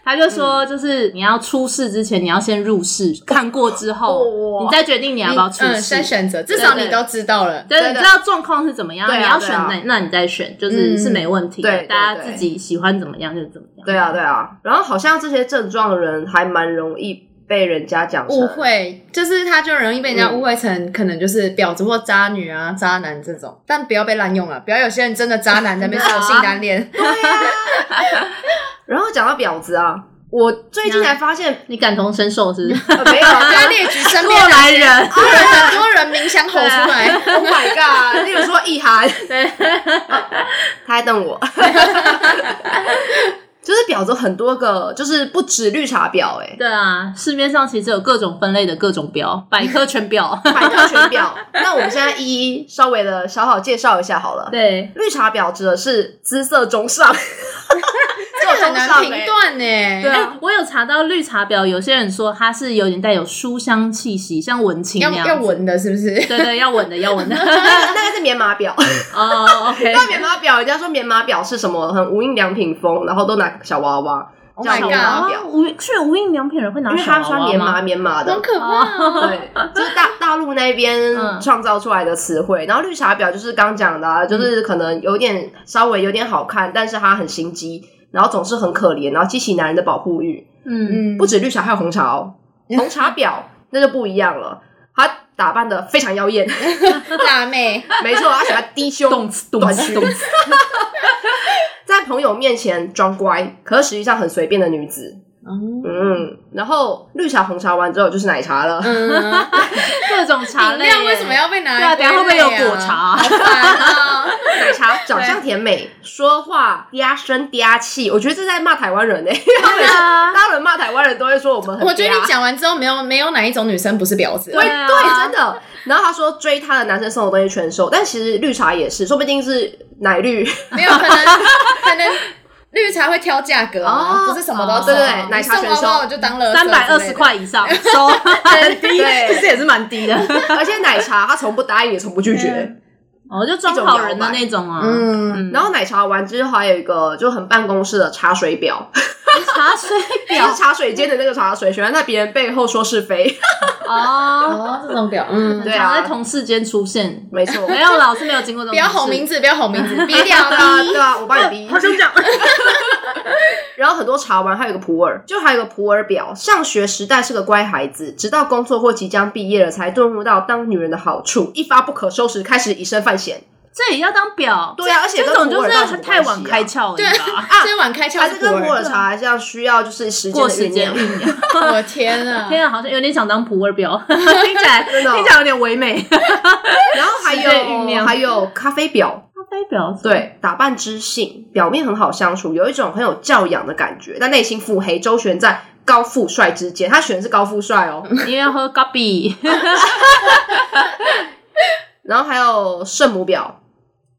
Speaker 2: 他就说，就是你要出世之前，你要先入世，看过之后，
Speaker 1: 哇
Speaker 2: 你再决定你要不要出
Speaker 3: 嗯，
Speaker 2: 世
Speaker 3: 先。选择，至少
Speaker 2: 对
Speaker 3: 你都知道了。
Speaker 2: 对，
Speaker 1: 对
Speaker 2: 你
Speaker 1: 的
Speaker 2: 知道状况是怎么样，
Speaker 1: 对啊
Speaker 2: 你要选
Speaker 1: 对
Speaker 2: 哪，那你再选，就是
Speaker 3: 嗯
Speaker 2: 是没问题的。
Speaker 1: 对对
Speaker 2: 大家
Speaker 1: 对
Speaker 2: 自己喜欢怎么样就怎么样。
Speaker 1: 对啊，对啊。然后好像这些症状的人还蛮容易被人家讲成
Speaker 3: 误会就是他就容易被人家误会成可能就是婊子或渣女啊、渣男这种，但不要被滥用了，不要有些人真的渣男在那边说我性单恋，
Speaker 1: 然后讲到婊子啊，我最近才发现，
Speaker 2: 你感同身受是不是？
Speaker 1: 呃、没有
Speaker 3: 不
Speaker 1: 啊
Speaker 3: 要列举身
Speaker 2: 过
Speaker 3: 边
Speaker 2: 来人，
Speaker 3: 很多人鸣枪吼出来，
Speaker 1: ，Oh my <laughs> god！例如说意涵，
Speaker 2: 对，
Speaker 1: 他在 <laughs> 瞪我，就是婊子很多个，就是不止绿茶婊、欸，
Speaker 2: 对啊，市面上其实有各种分类的各种表，百科全
Speaker 1: <laughs>
Speaker 2: 表。
Speaker 1: 百科全婊。那我们现在一一稍微的小小介绍一下好了。
Speaker 2: 对，
Speaker 1: 绿茶婊指的是姿色
Speaker 2: <laughs>
Speaker 1: 中上，哎这
Speaker 3: 这很难评断呢。
Speaker 2: 对、哎我有查到绿茶婊，有些人说它是有点带有书香气息，像文青
Speaker 3: 要
Speaker 2: 那样
Speaker 3: 要
Speaker 2: 子
Speaker 3: 闻的是不是？
Speaker 2: 对对，要
Speaker 3: <laughs>
Speaker 2: 稳的，要稳的。 <laughs>
Speaker 1: 那个那个是棉麻婊。
Speaker 2: 哦，OK，
Speaker 1: 那棉麻婊，人家说棉麻婊是什么？很无印良品风，然后都拿小娃娃，
Speaker 3: Oh
Speaker 1: 叫
Speaker 3: my
Speaker 1: 棉
Speaker 3: god
Speaker 1: 麻
Speaker 2: 啊，
Speaker 1: 婊，
Speaker 2: 无居然无印良品人会拿啊
Speaker 1: 因为
Speaker 2: 小娃
Speaker 1: 他
Speaker 2: 娃
Speaker 1: 穿棉麻
Speaker 2: 吗？
Speaker 1: 棉麻的
Speaker 3: 好，可怕哦！
Speaker 2: <laughs>
Speaker 1: 对，就是大大陆那边
Speaker 2: 嗯
Speaker 1: 创造出来的词汇。然后绿茶婊就是刚讲的、啊，就是可能有点稍微有点好看，但是它很心机。然后总是很可怜，然后激起男人的保护欲。
Speaker 2: 嗯，
Speaker 3: 嗯，
Speaker 1: 不止绿茶，还有红茶哦，红茶婊那就不一样了。她打扮的非常妖艳， <laughs>
Speaker 3: 辣妹，
Speaker 1: 没错，而且她低胸
Speaker 2: 动词动
Speaker 1: 短
Speaker 2: 词
Speaker 3: <laughs>
Speaker 1: 裙 <laughs>
Speaker 2: 动，词，
Speaker 1: 在朋友面前装乖，可是实际上很随便的女子。
Speaker 3: 嗯
Speaker 1: 嗯，然后绿茶、红茶完之后就是奶茶了。
Speaker 3: 嗯，
Speaker 2: 各种茶
Speaker 3: 饮
Speaker 2: 类。
Speaker 3: 料为什么？要被拿
Speaker 2: 对啊，
Speaker 3: 来
Speaker 2: 等一下会不
Speaker 3: 归
Speaker 2: 会
Speaker 3: 类啊？
Speaker 2: 有果
Speaker 3: <laughs> 好
Speaker 2: 茶？
Speaker 3: 烦哦
Speaker 1: 奶茶长相甜美，说话嗲声嗲气，我觉得这在骂台湾人呢、欸。
Speaker 2: 对啊，
Speaker 1: 当然骂台湾人都会说我们很嗲。
Speaker 3: 我
Speaker 2: <laughs>
Speaker 3: 觉得你讲完之后，没有没有哪一种女生不是婊子。
Speaker 1: 对
Speaker 2: 对啊
Speaker 1: 对，真的。然后他说追他的男生送的东西全收，但其实绿茶也是，说不定是奶绿，
Speaker 2: 啊
Speaker 3: 没有可能，可能绿茶会挑价格啊，
Speaker 1: 哦
Speaker 3: 不是什么都
Speaker 2: 哦
Speaker 3: 送
Speaker 2: 对
Speaker 1: 对奶茶
Speaker 3: 你送
Speaker 1: 全收
Speaker 3: 娃娃我就当了
Speaker 2: <laughs> 三百二十，块
Speaker 3: <laughs>
Speaker 2: 以上收，很低，
Speaker 1: <laughs> 对
Speaker 2: 其实也是蛮低的。
Speaker 1: 而且奶茶他从不答应也从不拒绝。
Speaker 2: <laughs> 哦，就装好人的那种啊。
Speaker 3: 嗯，
Speaker 2: 嗯
Speaker 1: 然后奶茶完之后还有一个就很办公室的茶水婊，
Speaker 2: <laughs> 茶水
Speaker 1: 就是
Speaker 2: 表
Speaker 1: 茶水间的那个茶水，喜欢在别人背后说是非。 <laughs>
Speaker 3: <laughs>
Speaker 2: 哦，
Speaker 3: 哦，这种表，嗯，
Speaker 1: 对
Speaker 2: 很常
Speaker 1: 啊
Speaker 2: 在同事间出
Speaker 3: <laughs>
Speaker 2: 现。
Speaker 1: 没错，
Speaker 2: 没有啦，我是没有经过这
Speaker 3: 不
Speaker 2: 种同
Speaker 3: 要
Speaker 2: 事。
Speaker 3: 吼名字，不要吼名
Speaker 2: <laughs>
Speaker 3: 字，低
Speaker 1: 对
Speaker 3: 调
Speaker 1: 啊对啊对
Speaker 3: 低。
Speaker 1: 啊，我帮你逼。
Speaker 2: 想讲。
Speaker 1: <laughs> 然后很多茶丸，还有一个普洱，就还有一个普洱表。上学时代是个乖孩子，直到工作或即将毕业了，才顿悟到当女人的好处，一发不可收拾，开始以身犯险。
Speaker 2: 这也要当表？
Speaker 1: 对啊而且
Speaker 2: 这
Speaker 1: 跟
Speaker 2: 种就
Speaker 1: 普洱到底
Speaker 2: 是
Speaker 1: 什么
Speaker 2: 太晚
Speaker 1: 关系啊
Speaker 2: 开窍 <laughs>
Speaker 3: 对
Speaker 2: 了吧？
Speaker 3: 啊，今晚开
Speaker 1: 还
Speaker 3: 窍
Speaker 1: 是
Speaker 3: 是
Speaker 1: 跟普
Speaker 3: 普
Speaker 1: 洱茶这样需要就是时间
Speaker 2: 啊过
Speaker 1: 的
Speaker 2: 时
Speaker 1: 酝
Speaker 2: 间
Speaker 1: 酿。
Speaker 2: 酝酿，
Speaker 3: 洱，我天啊，
Speaker 2: <laughs> 天啊，好像有点想当普洱 <laughs> 表，听起来
Speaker 1: 真的哦
Speaker 2: 听起来有点唯美。咖
Speaker 1: 然后还
Speaker 2: 时间酝
Speaker 1: 有
Speaker 2: 酿
Speaker 1: 还有咖啡表，
Speaker 2: 啡表，
Speaker 1: 对，打扮知性，表面很好相处，有一种很有教养的感觉，但内心腹黑，周旋在高富帅之间。他选的是高富帅哦。
Speaker 2: 因为要喝咖啡。
Speaker 1: 然后还有圣母表，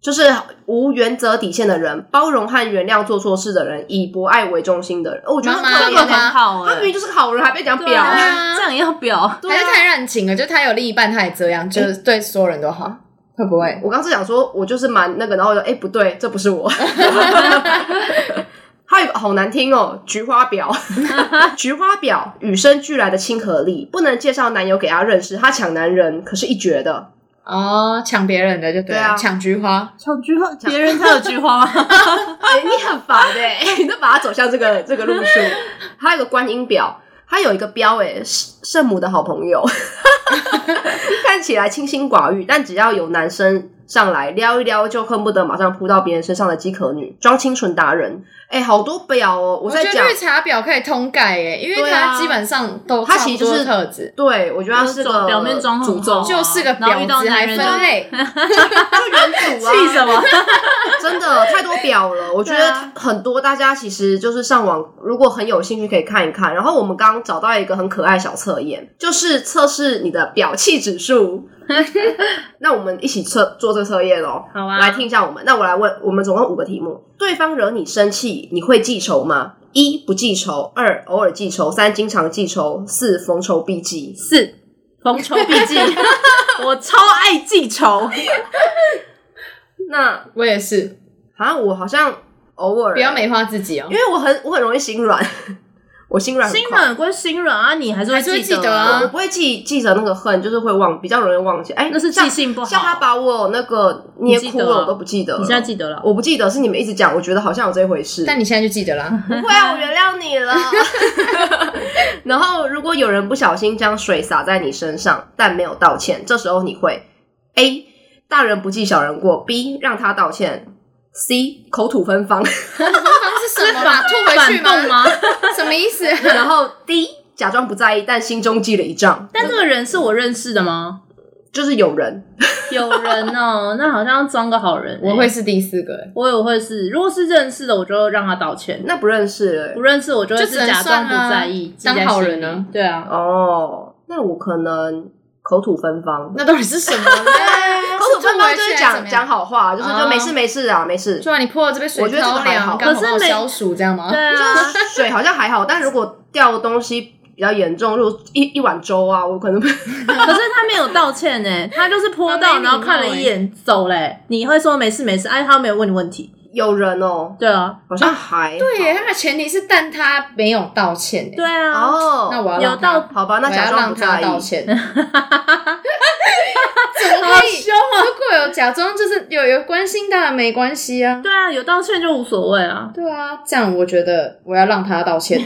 Speaker 1: 就是无原则底线的人，包容和原谅做错事的人，以博爱为中心的人。哦我觉得
Speaker 3: 妈
Speaker 1: 他
Speaker 3: 妈
Speaker 1: 这
Speaker 2: 这
Speaker 1: 个
Speaker 2: 个
Speaker 3: 也
Speaker 1: 很，
Speaker 2: 很好
Speaker 1: 他明
Speaker 2: 哎
Speaker 1: 明，就是个好人，还被讲
Speaker 2: 对
Speaker 1: 表，
Speaker 2: 啊，这样也要表。
Speaker 1: 对
Speaker 3: 还是
Speaker 1: 啊。
Speaker 3: 太滥情了，就他有另一半，他也这样，
Speaker 2: 哎
Speaker 3: 就是对所有人都好，会不会？
Speaker 1: 我刚是想说，我就是蛮那个，然后我就哎不对，这不是我。 <laughs> 还有一个好难听哦，菊花婊， <laughs> 菊花婊与生俱来的亲和力，不能介绍男友给他认识，他抢男人可是一绝的。
Speaker 3: 哦，抢别人的就对
Speaker 1: 对啊
Speaker 3: 了，抢菊花，
Speaker 2: 抢菊花， <laughs> 别人才有菊花吗？
Speaker 1: 哎、你很烦 <laughs> 哎、你都把他走向这个这个路数。还有一个观音表，他有一个标哎、圣圣母的好朋友， <laughs> 看起来清心寡欲，但只要有男生上来撩一撩，就恨不得马上扑到别人身上的饥渴女，装清纯达人。哎、好多表哦，我
Speaker 3: 我
Speaker 1: 在
Speaker 3: 觉
Speaker 1: 讲
Speaker 3: 得绿。茶婊可以通改耶，因为
Speaker 1: 对啊
Speaker 3: 他基本上都
Speaker 1: 他其实就
Speaker 3: 差
Speaker 1: 是
Speaker 3: 不多特质，哦
Speaker 1: 对，我觉得他是个
Speaker 2: 表面装
Speaker 1: <laughs>
Speaker 2: 很好
Speaker 1: 诅咒，
Speaker 3: 就是个
Speaker 2: 然后遇到
Speaker 3: 婊子还
Speaker 2: 男人
Speaker 3: 分
Speaker 2: 就 <laughs>
Speaker 3: 类，
Speaker 1: 就原主
Speaker 2: <laughs>
Speaker 1: 啊，
Speaker 2: 气什么？
Speaker 1: 真的太多表
Speaker 2: <laughs>
Speaker 1: 了，我觉
Speaker 2: 对
Speaker 1: 得
Speaker 2: 啊
Speaker 1: 很多大家其实就是上网，如果很有兴趣可以看一看。然后我们刚刚找到一个很可爱的小测验，就是测试你的表气
Speaker 2: <laughs>
Speaker 1: 指数。那我们一起测做这个测验哦。
Speaker 2: <laughs> 好啊
Speaker 1: 来听一下我们。那我来问，我们总共五个题目。对方惹你生气，你会记仇吗？一不记仇，二偶尔记仇，三经常记仇，四逢仇必记。
Speaker 2: 四逢仇必 <laughs> 记，我超爱记 <laughs> 仇。
Speaker 1: 那
Speaker 3: 我也是，
Speaker 1: 好像我好像偶尔
Speaker 3: 不要美化自己哦
Speaker 1: 因。为我很我很容易心软， <laughs> 我心软很
Speaker 2: 心
Speaker 1: 快
Speaker 2: 软归心软啊，你还是
Speaker 3: 还是会
Speaker 2: 记
Speaker 3: 记得啊
Speaker 1: 我不会记记着那个恨，就是会忘，比较容易忘记。哎、
Speaker 2: 那是
Speaker 1: 像
Speaker 2: 记性不好。
Speaker 1: 像他把我那个捏哭
Speaker 2: 你记得
Speaker 1: 了，
Speaker 2: 啊
Speaker 1: 我都不记得了。
Speaker 2: 你现在记得啊了，
Speaker 1: 我不记得，是你们一直讲，我觉得好像有这回事。
Speaker 3: 但你现在就记得啦，
Speaker 2: <laughs>
Speaker 1: 不会啊，我原谅你了。然后，如果有人不小心将水洒在你身上，但没有道歉，这时候你会 A 大人不计小人过，B 让他道歉，C 口吐芬芳，
Speaker 3: 方
Speaker 1: <laughs>
Speaker 3: 是什么啦？吐回去
Speaker 2: 反动
Speaker 3: 吗？
Speaker 2: 吗？
Speaker 3: <laughs> 什么意
Speaker 1: <laughs>
Speaker 3: 思？
Speaker 1: 然后 D 假装不在意，但心中记了一账，
Speaker 2: 但这个人是我认识的吗？
Speaker 1: 就是有人。
Speaker 2: <laughs> 有人哦，那好像装个好人欸、
Speaker 3: 我会是第四个，
Speaker 2: 我也会是，如果是认识的，我就让他道歉；
Speaker 1: 那不认识了、
Speaker 2: 不认识，我就会
Speaker 3: 就是只能
Speaker 2: 假装不
Speaker 3: 算啊
Speaker 2: 在意，记在
Speaker 3: 当好
Speaker 2: 心
Speaker 3: 人
Speaker 2: 里
Speaker 3: 啊。
Speaker 2: 对啊，
Speaker 1: 哦，那我可能口吐芬芳。
Speaker 3: 那到底是什么 <laughs> 呢？
Speaker 1: <laughs> 口吐芬芳就是讲讲
Speaker 3: 好，
Speaker 1: 好话，就是就
Speaker 3: 哦
Speaker 1: 没事没事啊，没事。 <laughs>
Speaker 3: 就你泼了这杯水
Speaker 1: 我觉得这个
Speaker 3: 漂
Speaker 1: 还好
Speaker 3: 亮，刚
Speaker 2: 可是
Speaker 3: 好
Speaker 2: 每
Speaker 3: 消暑这样吗
Speaker 2: 对？啊，
Speaker 1: 就是水好像还好，但如果掉的东西比较严重，如果一一碗粥啊，我可能
Speaker 2: 可是他没有道歉呢、欸
Speaker 3: <laughs>
Speaker 2: 他就是泼
Speaker 3: 他没
Speaker 2: 到，
Speaker 3: 礼欸
Speaker 2: 然后看了一眼走嘞、你会说没事没事，哎，他没有问你问题。
Speaker 1: <laughs> 有人哦，
Speaker 2: 对啊，
Speaker 1: 好像还
Speaker 3: 对耶，他的前提是但他没有道歉耶
Speaker 2: 对啊，
Speaker 1: 哦，
Speaker 3: 那我要
Speaker 2: 有
Speaker 3: 让他
Speaker 2: 道
Speaker 1: 好吧，
Speaker 3: 我
Speaker 1: 那假
Speaker 3: 要
Speaker 1: 装
Speaker 3: 让
Speaker 1: 不
Speaker 3: 他
Speaker 1: 在意
Speaker 3: 道。歉。怎么
Speaker 2: 好凶啊！
Speaker 3: 如果有假装就是有有关心，当然没关系啊。
Speaker 2: 对啊，有道歉就无所谓
Speaker 3: <laughs>
Speaker 2: 啊，
Speaker 3: 对啊，这样我觉得我要让他道歉，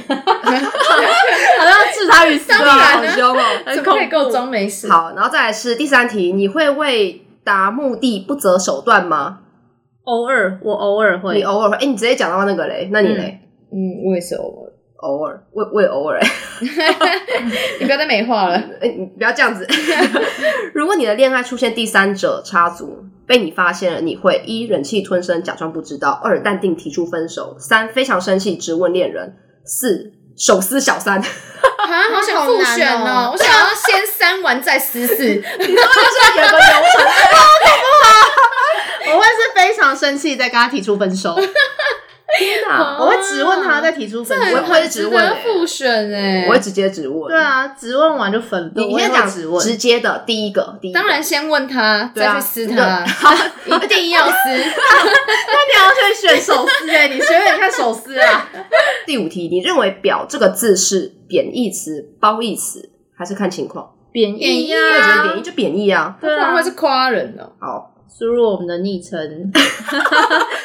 Speaker 2: 好像置他于死地
Speaker 3: <laughs> 当
Speaker 1: 好
Speaker 3: 然
Speaker 2: 啊
Speaker 3: 了。 <laughs>
Speaker 1: 凶哦。
Speaker 2: <laughs> 很
Speaker 3: 怎么可以
Speaker 2: 恐
Speaker 3: 给我
Speaker 2: 怖
Speaker 3: 装没事？
Speaker 1: 好，然后再来是第三题，你会为达目的不择手段吗？
Speaker 2: 偶尔我偶尔
Speaker 1: 你
Speaker 2: 会，
Speaker 1: 偶尔会，哎、你直接讲到那个嘞，那你嘞？
Speaker 3: 嗯，我也是偶尔。
Speaker 1: 偶尔，我我也偶尔哎、
Speaker 3: 你不要再美化
Speaker 2: <laughs>
Speaker 3: 了。
Speaker 1: 哎你不要这样子。 <laughs> 如果你的恋爱出现第三者插足，被你发现了，你会一忍气吞声，假装不知道；二淡定提出分手；三非常生气，直问恋人；四手撕小三。
Speaker 3: 啊，好想复选哦！我想要先删完再撕四，
Speaker 1: 就是有个流程，
Speaker 2: <laughs> 我会是非常生气，再跟他提出
Speaker 3: <laughs>
Speaker 2: 分手。
Speaker 1: 天哪！
Speaker 2: 我会质问他，再提出分
Speaker 1: 我
Speaker 2: 手。
Speaker 1: 会直
Speaker 3: 啊值
Speaker 1: 问
Speaker 3: 得
Speaker 1: 欸
Speaker 3: 复选哎
Speaker 1: 我。会直接质问。
Speaker 2: 对，啊，质问完就分。
Speaker 1: 你
Speaker 2: 我也
Speaker 1: 先
Speaker 2: 会
Speaker 1: 讲
Speaker 2: 质问
Speaker 1: 直，接的第一个，第一个
Speaker 3: 当然先问他，
Speaker 1: 对啊
Speaker 3: 再去撕他， <laughs> 一定要
Speaker 2: <laughs>
Speaker 3: 撕。
Speaker 2: 你要去选手撕
Speaker 3: <laughs>
Speaker 2: 哎，你学点看手撕啊。
Speaker 1: 第五题，你认为“表”这个字是贬义词、褒义词，还是看情况？
Speaker 2: 贬义
Speaker 3: 义啊
Speaker 1: 我也觉得贬
Speaker 2: 啊，
Speaker 1: 义就贬义啊。
Speaker 2: 对
Speaker 3: 不
Speaker 2: 啊
Speaker 3: 然会，是夸人哦。
Speaker 1: 好，
Speaker 2: 输入我们的昵称。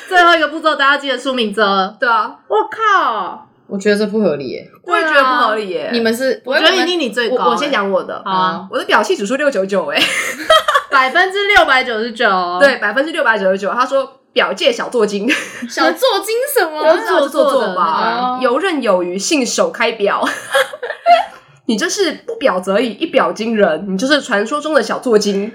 Speaker 2: 最后一个步骤，大家记得输名字哦。
Speaker 1: 对啊，
Speaker 2: 我靠，
Speaker 3: 我觉得这不合理耶。啊
Speaker 1: 我也觉得不合理耶。
Speaker 3: 你们是，我
Speaker 2: 我觉得一
Speaker 3: 你
Speaker 2: 定你最高欸。
Speaker 1: 我我先讲我的，
Speaker 2: 好啊，
Speaker 1: 我的表气指数六九九，哎，
Speaker 2: 百分之六百九十九。
Speaker 3: 哦
Speaker 1: 对，百分之六百九十九。他说表界小作精，
Speaker 3: 小做精哦什
Speaker 2: 我
Speaker 3: 么？
Speaker 2: 是做
Speaker 1: 做
Speaker 2: 作的
Speaker 1: 作吧
Speaker 3: 那，个
Speaker 1: 游刃有余，信手开表。 <laughs> 你这是不表则已，一表惊人。你就是传说中的小
Speaker 3: <laughs>
Speaker 1: 作精。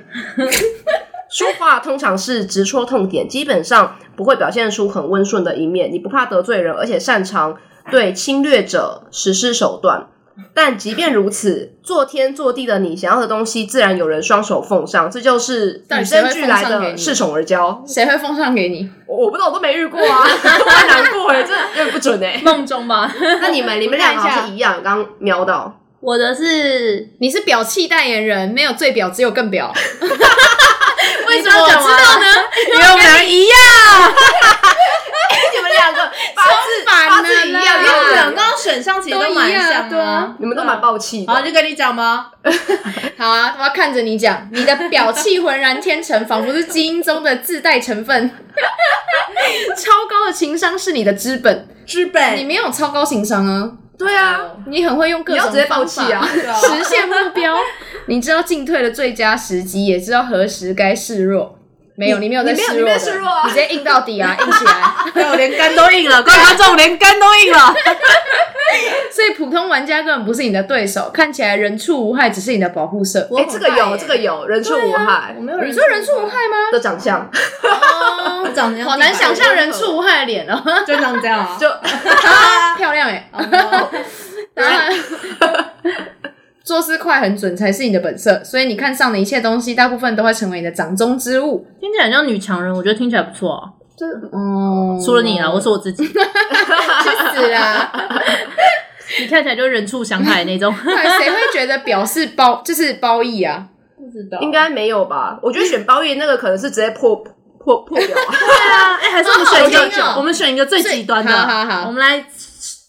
Speaker 1: 说话通常是直戳痛点，基本上不会表现出很温顺的一面。你不怕得罪人，而且擅长对侵略者实施手段。但即便如此，做天做地的你想要的东西，自然有人双手奉上。这就是
Speaker 3: 但
Speaker 1: 与
Speaker 3: 谁
Speaker 1: 生
Speaker 3: 会
Speaker 1: 俱来
Speaker 3: 奉上给
Speaker 1: 的
Speaker 3: 你
Speaker 1: 恃宠而骄。
Speaker 3: 谁会奉上给你？
Speaker 1: 我我不知道，我都没遇过啊， <laughs> 太难过了，真的有点不准哎、
Speaker 2: 梦中吧。
Speaker 1: <laughs> 那你们你们两个好像是一样，刚刚瞄到，
Speaker 2: 我的是
Speaker 3: 你是表气代言人，没有最表，只有更表。为什么
Speaker 2: 你
Speaker 3: 我
Speaker 2: 怎么
Speaker 3: 知道 <laughs> 呢？
Speaker 2: 因为我们俩一样，
Speaker 1: 你们两个八
Speaker 3: <laughs> 超
Speaker 1: 字八
Speaker 3: 烦的啦
Speaker 1: 字一样
Speaker 2: 因
Speaker 3: 因为
Speaker 2: 为
Speaker 3: 我们
Speaker 1: 啊
Speaker 2: 两
Speaker 3: 两
Speaker 2: 个选项其实
Speaker 3: 实都
Speaker 2: 蛮
Speaker 3: 蛮
Speaker 2: 像
Speaker 3: 像
Speaker 2: 的、
Speaker 3: 啊
Speaker 1: 你们都蛮暴气
Speaker 2: 好，
Speaker 1: 的。
Speaker 2: 就跟你讲吗？
Speaker 3: <laughs> 好啊，我要看着你讲，你的表气浑然天成，仿佛是基因中的自带成分。 <laughs> 超高的情商是你的资本，
Speaker 1: 资
Speaker 3: 你
Speaker 1: 本，
Speaker 3: 没有超高情商啊，
Speaker 1: 对
Speaker 2: 哦
Speaker 1: 啊，
Speaker 3: 你很会用各
Speaker 1: 你要
Speaker 3: 种
Speaker 1: 直接
Speaker 3: 方
Speaker 1: 暴
Speaker 3: 法
Speaker 1: 气 <laughs> 啊！
Speaker 3: 实现目标。 <laughs> 你知道进退的最佳时机，也知道何时该示弱。没有，
Speaker 1: 你
Speaker 3: 你没有在
Speaker 1: 你没有
Speaker 3: 示
Speaker 1: 你没
Speaker 3: 弱的，
Speaker 1: 有示弱啊
Speaker 3: 你直接硬到底啊，硬 <laughs> 起来。
Speaker 2: 对，我连肝都硬了，各位观众连肝都硬了。
Speaker 3: 所以普通玩家根本不是你的对手，看起来人畜无害，只是你的保护色。
Speaker 1: 哎，这个有，这个有，人畜无害
Speaker 2: 我没有
Speaker 3: 你说人畜无害吗？
Speaker 1: 的长相，
Speaker 2: 我长得
Speaker 3: 好难想象人畜无害的脸哦，
Speaker 2: 就长这样
Speaker 3: <laughs>
Speaker 2: 啊。
Speaker 1: 就
Speaker 3: 漂亮
Speaker 1: <laughs>
Speaker 3: 哎、
Speaker 1: 哦
Speaker 3: <laughs> 然后做事快很准才是你的本色，所以你看上的一切东西，大部分都会成为你的掌中之物。
Speaker 2: 听起来很像女强人，我觉得听起来不错、啊。
Speaker 3: 哦、
Speaker 2: 除了你啊，我说我自己，
Speaker 3: 去死啊啦！
Speaker 2: 你看起来就是人畜相害 <laughs> 那种。
Speaker 3: 到底谁会觉得表示褒就是褒义啊？
Speaker 2: 不知道
Speaker 1: 应该没有吧？我觉得选包夜那个可能是直接破破破表啊， <laughs>
Speaker 2: 对啊，哎、还是我们选一
Speaker 3: 好好听
Speaker 2: 个，
Speaker 3: 哦
Speaker 2: 我们选一个最极端的。
Speaker 3: 最好好好
Speaker 2: 我们来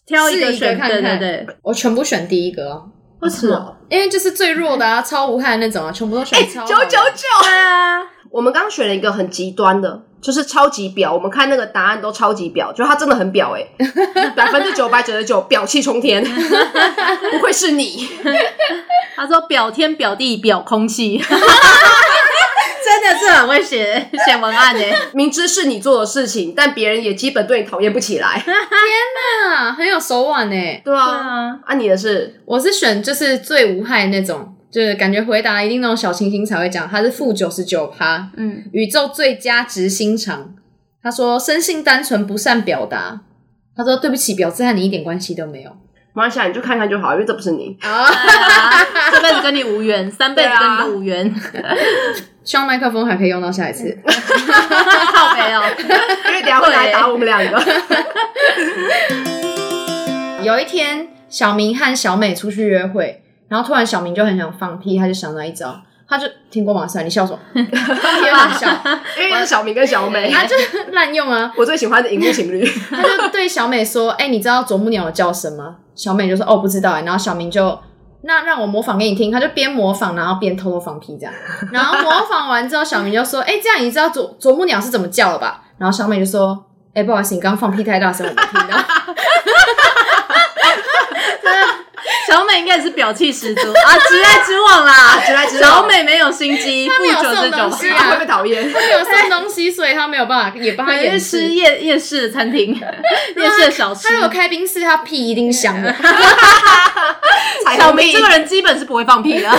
Speaker 2: 挑一个
Speaker 3: 试一个
Speaker 2: 选，
Speaker 3: 看
Speaker 2: 对对
Speaker 3: 看
Speaker 2: 对。
Speaker 3: 我全部选第一个、哦，
Speaker 2: 为什么？
Speaker 3: 因为就是最弱的啊，超无害的那种啊，全部都选超好的、
Speaker 1: 哎九九九。
Speaker 2: 对啊，
Speaker 1: 我们刚刚选了一个很极端的，就是超级表。我们看那个答案都超级表，就他真的很表哎、 <laughs> 百分之九百九十九表气冲天， <laughs> 不愧是你。
Speaker 2: 他说表天表地表空 <laughs> 气，真的是很会写写文案呢、 <laughs>
Speaker 1: 明知是你做的事情，但别人也基本对你讨厌不起
Speaker 2: <laughs>
Speaker 1: 来。
Speaker 3: 啊，很有手腕哎。
Speaker 1: 对
Speaker 2: 对
Speaker 1: 啊，
Speaker 2: 啊，
Speaker 1: 啊，你的是
Speaker 3: 我是选就是最无害的那种，就是感觉回答一定那种小清新才会讲，他是负九十九趴，
Speaker 2: 嗯，
Speaker 3: 宇宙最佳直心肠。他说生性单纯，不善表达。他说对不起，表字和你一点关系都没有。
Speaker 1: 马来西亚，你就看看就好，因为这不是
Speaker 2: <laughs>
Speaker 1: 你。
Speaker 3: 啊，
Speaker 2: 这辈子跟你无 <laughs> 缘，三辈子跟你都无缘，
Speaker 3: 希望麦克风还可以用到下一次。
Speaker 2: <laughs> 靠北哦。
Speaker 1: 因为等一下会来打我们两个。
Speaker 3: 有一天，小明和小美出去约会，然后突然小明就很想放屁，他就想到一招，他就听过马赛，你笑什么？他也很笑，
Speaker 1: 因为是小明跟
Speaker 2: <laughs>
Speaker 1: 小美，
Speaker 3: 他就是滥用啊。
Speaker 1: 我最喜欢的荧幕情侣。
Speaker 3: 他就对小美说：“哎、你知道啄木鸟的叫声吗？”小美就说：“哦，不知道、欸。”然后小明就那让我模仿给你听。”他就边模仿，然后边偷偷放屁这样。然后模仿完之后，小明就说：“哎、这样你知道啄啄木鸟是怎么叫了吧？”然后小美就说：“哎、不好意思，你刚刚放屁太大声，我没听到。 <laughs>
Speaker 2: 小美应该也是表气十足啊，直来直往
Speaker 1: <laughs>
Speaker 2: 啦。
Speaker 1: 直来直往
Speaker 2: 啊 <laughs> 小美没有心机，
Speaker 3: 她
Speaker 2: 不
Speaker 3: 没有
Speaker 2: 久这
Speaker 3: 送东
Speaker 2: 种，
Speaker 3: 西啊
Speaker 1: 会被讨厌。
Speaker 3: 他没有送东西，所以他没有办法，也帮他
Speaker 2: 她
Speaker 3: 掩
Speaker 2: 也是
Speaker 3: 饰。
Speaker 2: 夜夜市的餐厅，夜市的小吃
Speaker 3: 他。如果开冰室，他屁一定香
Speaker 2: <laughs>
Speaker 3: 的。
Speaker 1: 彩
Speaker 2: 小
Speaker 1: 虹
Speaker 2: 明
Speaker 1: 屁
Speaker 2: 这个人基本是不会放屁的。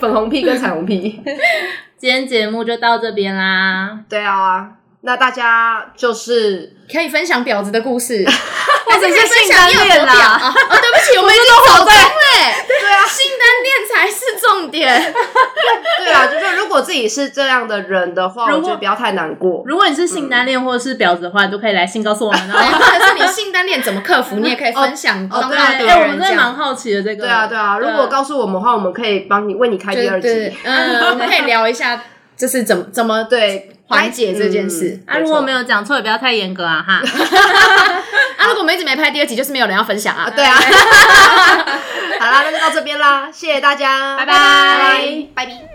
Speaker 1: 粉红屁跟彩虹
Speaker 2: <laughs>
Speaker 1: 屁。
Speaker 2: 今天节目就到这边 <laughs> 啦，
Speaker 1: 对啊，那大家就是
Speaker 3: 可以分享婊子的故
Speaker 2: <laughs>
Speaker 3: 事，
Speaker 2: 或者是
Speaker 3: 分
Speaker 2: 性
Speaker 3: 享
Speaker 2: 单
Speaker 3: 你有
Speaker 2: 恋
Speaker 3: 多婊
Speaker 2: 啦，
Speaker 3: 啊！哦，对不起，我们已经走光了。
Speaker 1: 对
Speaker 2: <laughs>
Speaker 1: 啊，
Speaker 3: 性单恋才是重点。
Speaker 1: 对啊，就是如果自己是这样的人的话，
Speaker 2: 如
Speaker 1: 我
Speaker 2: 果
Speaker 1: 觉得不要太难过。
Speaker 2: 如果你是性单恋或者是婊子的话，都可以来信告诉我们 <laughs> 哦。
Speaker 3: 或者是你性单恋怎么克服，你也可以分享
Speaker 1: 哦
Speaker 3: 帮
Speaker 1: 对
Speaker 3: 到
Speaker 2: 哎、
Speaker 3: 别
Speaker 2: 我们
Speaker 3: 人
Speaker 2: 真
Speaker 3: 这
Speaker 2: 的蛮
Speaker 3: 样。
Speaker 2: 好奇的这个。
Speaker 1: 对啊，对啊，如果告诉我们的话，我们可以帮你为你开第
Speaker 3: 对
Speaker 1: 二
Speaker 3: 对
Speaker 1: 集。，
Speaker 3: 嗯，我们可以聊一下，就是怎么怎么
Speaker 1: 对，
Speaker 3: 缓解这件事
Speaker 1: 嗯
Speaker 2: 啊，如果没
Speaker 1: 错
Speaker 2: 有讲错，也不要太严格啊哈。
Speaker 3: 啊。如果我们一直没拍第二集，就是没有人要分享啊。
Speaker 2: 哎
Speaker 1: 对 <laughs> 啊，好啦，那就到这边啦，谢谢大家，
Speaker 2: 拜拜
Speaker 3: 拜拜。